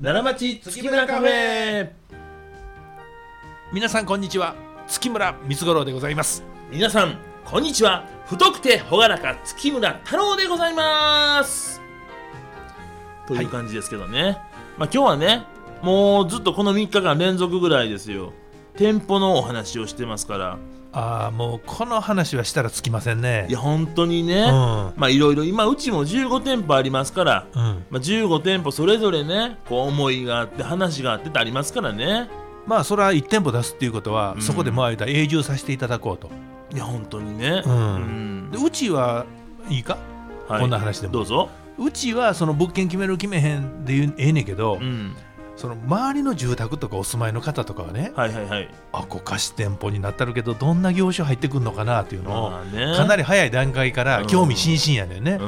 奈良町月村カフェ皆さんこんにちは月村光五郎でございます皆さんこんにちは太くて朗らか月村太郎でございますという感じですけどね、まあ今日はねもうずっとこの3日間連続ぐらいですよ店舗のお話をしてますからああもうこの話はしたらつきませんねいや本当にね、うんまあいろいろ今うちも15店舗ありますから、うんまあ、15店舗それぞれねこう思いがあって話があってってありますからねまあそれは1店舗出すっていうことは、うんそこでもう間永住させていただこうといや本当にねうんうんでうちはいいかはいこんな話でもどうぞうちはその物件決める決めへんで言うええねんけど、うんその周りの住宅とかお住まいの方とかはね、はいはいはいあこう貸し店舗になったるけどどんな業種入ってくるのかなっていうのをまあねかなり早い段階から興味津々やねんね、う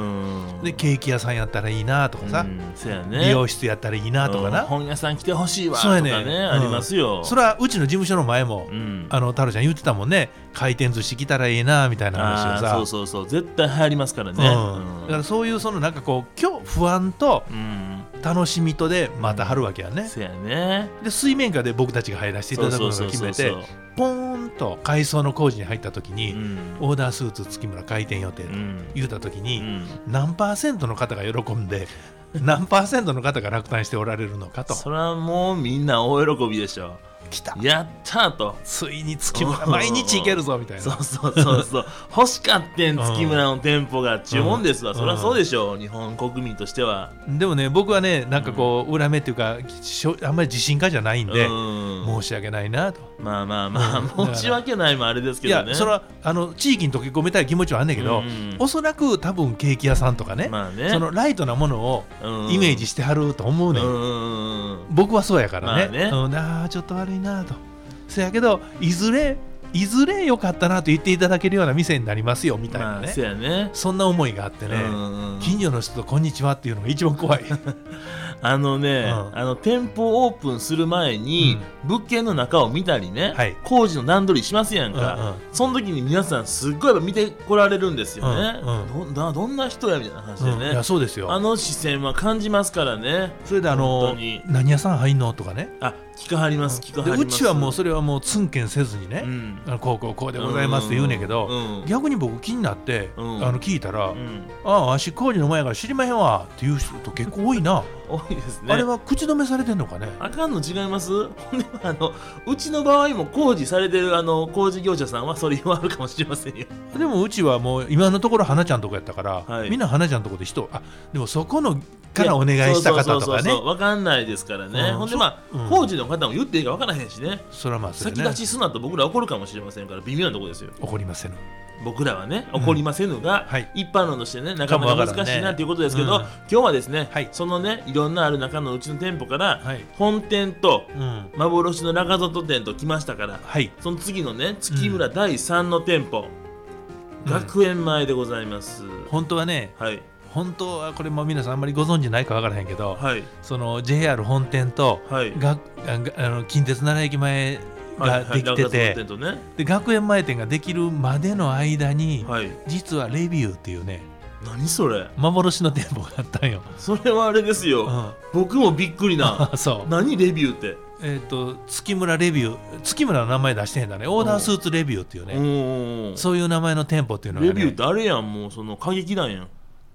んでケーキ屋さんやったらいいなとかさ、うんそやね美容室やったらいいなとかうんな、本屋さん来てほしいわとそうかやねねうんありますよそれはうちの事務所の前も、うんあの太郎ちゃん言ってたもんね回転寿司来たらいいなみたいな話をあーさそうそうそう絶対流行りますからねうん、だからそういうそのなんかこう今日不安とうん楽しみとでまた張るわけやね、そやねで水面下で僕たちが入らせていただくのを決めてそうそうそうポーンと改装の工事に入った時そううに、んオーダースーツ月村開店予定とうん言うた時うに、ん何パーセントの方が喜 んで何パーセントの方が落胆しておられるのかとそれはもうみんな大喜びでしょ来たやったーとついに月村うん毎日行けるぞみたいそなうそうそう そう欲しかってん月村の店舗が注文ですわ、うんそりゃそうでしょう日本国民としては、でもね僕はねなんかこう恨めっていうかしょあんまり自信家じゃないんでうん申し訳ないなとまあまあまあ、うん申し訳ないもあれですけいどやねそれはあの地域に溶け込めたい気持ちはあんねんけどうんおそらく多分ケーキ屋さんとかねまあねそのライトなものをイメージししてはると思うてねうんんうんうん僕はそうやからね,、まうんあーちょっと悪いなとせやけどいずれいずれ良かったなと言っていただけるような店になりますよみたいなまあね、せやねそんな思いがあってね、うんうん近所の人と「こんにちは」っていうのが一番怖 いあのね、うんあの店舗オープンする前に、物件の中を見たりね、はい工事の段取りしますやんか、うんうんその時に皆さんすっごいやっぱ見てこられるんですよね、うどんなどんな人やみたいな話でうんいね、やそうですよあの視線は感じますからねそれであ本の当に何屋さん入んのとかねあ聞かはります聞かはりでますうちはもうそれはもうつんけんせずにね、うんあのこうこうこうでございますって言うねんけど、うん逆に僕気になって、うんあの聞いたら「うんああわし工事の前やから知りまへんわ」っていう人結構多いな、多いですねあれは口止めされてんのかねあかんの違いますほんであのうちの場合も工事されてるあの工事業者さんはそれ言わはるかもしれませんよでもうちはもう今のところ花ちゃんとこやったから、はいみんな花ちゃんとこで人あでもそこのからお願いした方とそうそうかそうねそうわかんないですからね、うんほんでまあ、そううん工事の方も言っていいかわからへんしねそれはまあそれ先ね立ちすなと僕ら怒るかもしれませんから微妙なとこですよ怒りません僕らはね怒りませぬが、はい一般論としてねなかかもなわかからんね難しいなということですけど、うん今日はですね、はいそのねいろんなある中のうちの店舗から、はい本店とうん幻の中里店と来ましたからはいその次のね月村第3の店舗、うん学園前でございます、本当はねはい本当はこれも皆さんあんまりご存知ないかわからへんけど、はいその JR 本店と、はいがあがあの近鉄奈良駅前はいができはてて、い中里店とねで学園前店ができるまでの間に、はい実はレビューっていうね何それ幻の店舗があったんよ、それはあれですよ、うん僕もびっくりな あそう何レビューってえっ、と月村レビュー月村の名前出してへんだねオーダースーツレビューっていうね、うんそういう名前の店舗っていうのが、ね、レビューってあれやんもうその過激団やん、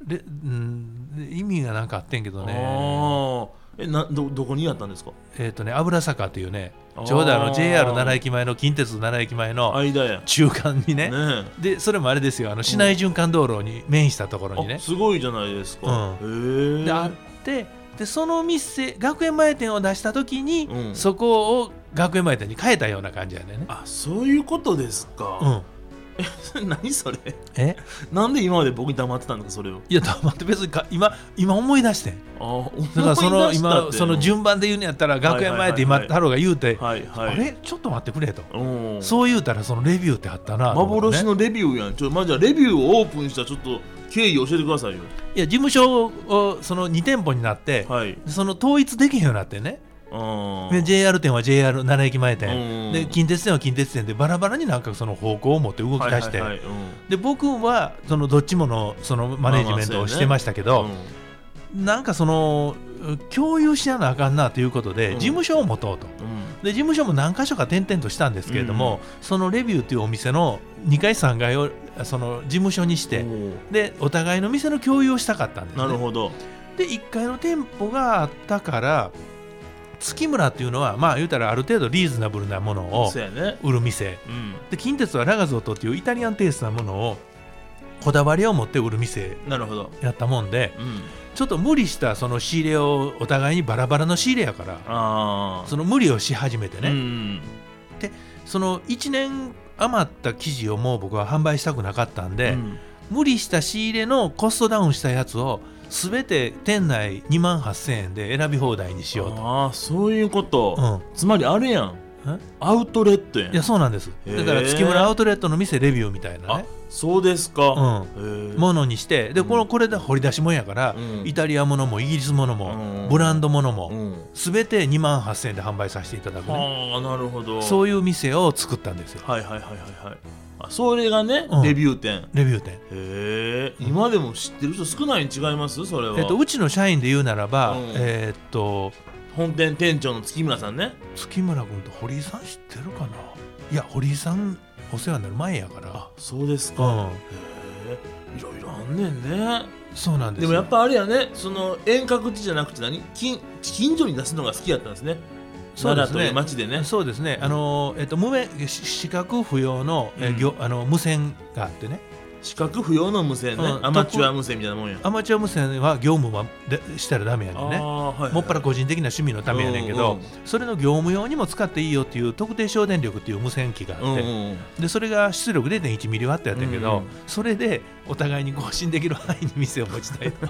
レうんで意味がなんかあってんけどあねあえなどどこにやったんですかえっ、とね油坂っていうねあーちょうどあの JR 奈良駅前の近鉄奈良駅前の間や中間にねねでそれもあれですよあの市内循環道路に面したところえにねあすごいじゃないですか、へえであってでその店学園前店を出した時に、うんそこを学園前店に変えたような感じやねねあそういうことですうか、ん 何それえなんで今まで僕に黙ってたんだかそれをいやだって別にか今今思い出してんあだからその思い出したって今その順番で言うんやったら学園前って今はいはいはいはい太郎が言うて、はいはいあれちょっと待ってくれと、うんそう言うたらそのレビューってあったなと思って幻ね、のレビューやんちょまあ、じゃあレビューをオープンしたちょっと経緯教えてくださいよいや事務所をその2店舗になって、はいその統一できへんようになってね、あで JR 店は JR 奈良駅前う店んで近鉄店は近鉄店でバラバラになんかその方向を持って動き出して、はいはいはいうんで僕はそのどっちものそのマネジメントをしてましたけど、うんなんかその共有しななあかんなということで、うん事務所を持とうとうんで事務所も何箇所か転々としたんですけれども、そのレビューというお店の2階3階をその事務所にして、おーでお互いの店の共有をしたかったんです、ね、なるほど、で1階の店舗があったから月村っていうのはまあ言うたらある程度リーズナブルなものをそうやね売る店うんで近鉄はラガゾットっていうイタリアンテイストなものをこだわりを持って売る店なるほどやったもんでうんちょっと無理したその仕入れをお互いにバラバラの仕入れやからああその無理をし始めてね、うんその1年余った生地をもう僕は販売したくなかったんで、うん無理した仕入れのコストダウンしたやつを全て店内2万8000円で選び放題にしようと。ああそういうこと、うんつまりあれやんえアウトレットやんいやそうなんですへーだから月村アウトレットの店レビューみたいなあねそうですか、へえものにしてでうんこのこれで掘り出しもんやから、うんイタリアものもイギリスものうんもブランドものうもん全て2万8000円で販売させていただくねはあなるほどそういう店を作ったんですよはいはいはいはいはいあそれがね、うんレビュー店レビュー店へえ今でも知ってる人少ないに違いますそれは、えっと、うちの社員で言うならば、うんえーっと本店店長の月村さんね月村君と堀井さん知ってるかないや堀井さんお世話になる前やからあそうですか、うんへえいろいろあんねんねそうなんですでよもやっぱあれやねその遠隔地じゃなくて何近近所に出すのが好きやったんですねそうで奈すね良という町でねそうですね、あのえっと、無免し視覚不要の,、えうんぎょあの無線があってね視覚不要の無線ね、うんアマチュア無線みたいなもんやアマチュア無線は業務はでしたらダメやねんあーねはいはいもっぱら個人的な趣味のためやねんけど、うんうんそれの業務用にも使っていいよっていう特定省電力っていう無線機があって、うんうんうんでそれが出力0 1ミリワットやったんやけど、うんそれでお互いに更新できる範囲に店を持ちた いと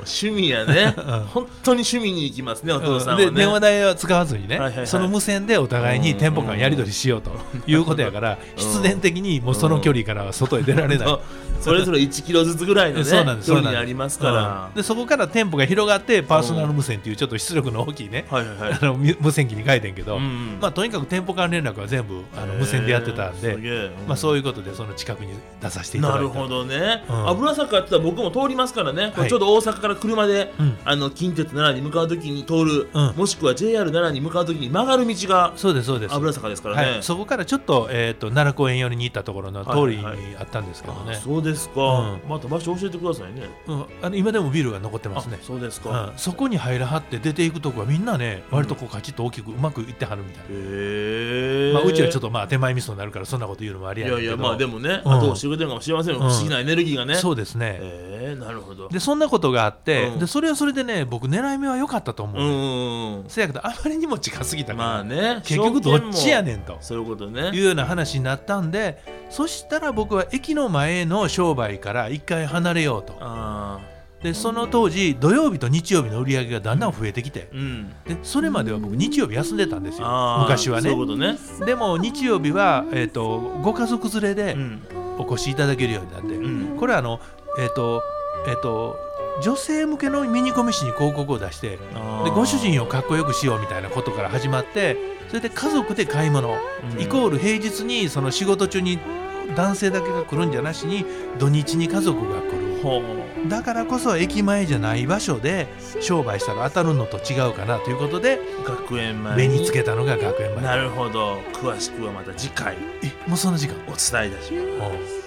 趣味やねうん本当に趣味に行きますねお父さんはね、で電話代は使わずにね、はいはいはいその無線でお互いに店舗間やり取りしようということやから、必然的にもうその距離からは外へ出られない。そうそれぞれ1キロずつぐらいのねそうなんです距そう離なにんですありますからうん、でそこから店舗が広がってパーソナル無線っていうちょっと出力の大きいね、はいはいはいあの無無線機に書いてんけど、うんうんまあ、とにかく店舗間連絡は全部あの無線でやってたんへでーす、げえまあ、そういいうことでその近くに出させていただいなたるほどね、うん油坂やってたら僕も通りますからね、これはいちょうど大阪から車で、うんあの近鉄奈良に向かうときに通る、うんもしくは JR 奈良に向かうときに曲がる道がそうですそうです、油坂ですからね、はい、そこからちょっと,、えー、と奈良公園寄りに行ったところの通りにあったんですけどね、あそうですか、うんまた場所教えてくださいねうん、あの今でもビルが残ってますねあそうですか、うん、そこに入らはって出ていくとこはみんなね割とこうカチッと大きくうまくいってはるみたいな、へえ、まあ、うちはちょっとまあ手前味噌になるからそんなこと言うのもありいやねんやけいどやまあでもね、うん後をしてくれてるかもしれませんよ、うん不思議なエネルギーがねそうですね、えー、なるほど。でそんなことがあって、うんでそれはそれでね僕狙い目は良かったと思うんう、うんうん。せやけどあまりにも近すぎたから、まあね、結局どっちやん。ねんとそういうこというね。ような話になったんでそしたら僕は駅の前の商売から一回離れようとあでその当時土曜日と日曜日の売り上げがだんだん増えてきてあ、うん。でそれまでは僕日曜日休んでたんですよああ、昔はそねういうことね。でも日曜日は、えー、とご家族連れでうん。お越しいただけるようになって、うん。これはあのえっ、とえっ、と女性向けのミニコミ誌に広告を出してででご主人をかっこよくしようみたいなことから始まってそれで家族で買い物、イコうール平日にその仕事中に男性だけが来るんじゃなしに土日に家族が来ん。るほう。だからこそ駅前じゃない場所で商売したら当たるのと違うかなということで学園前。目につけたのが学園前なるほど。詳しくはまた次回えもうそんな時間お伝えいたします。うん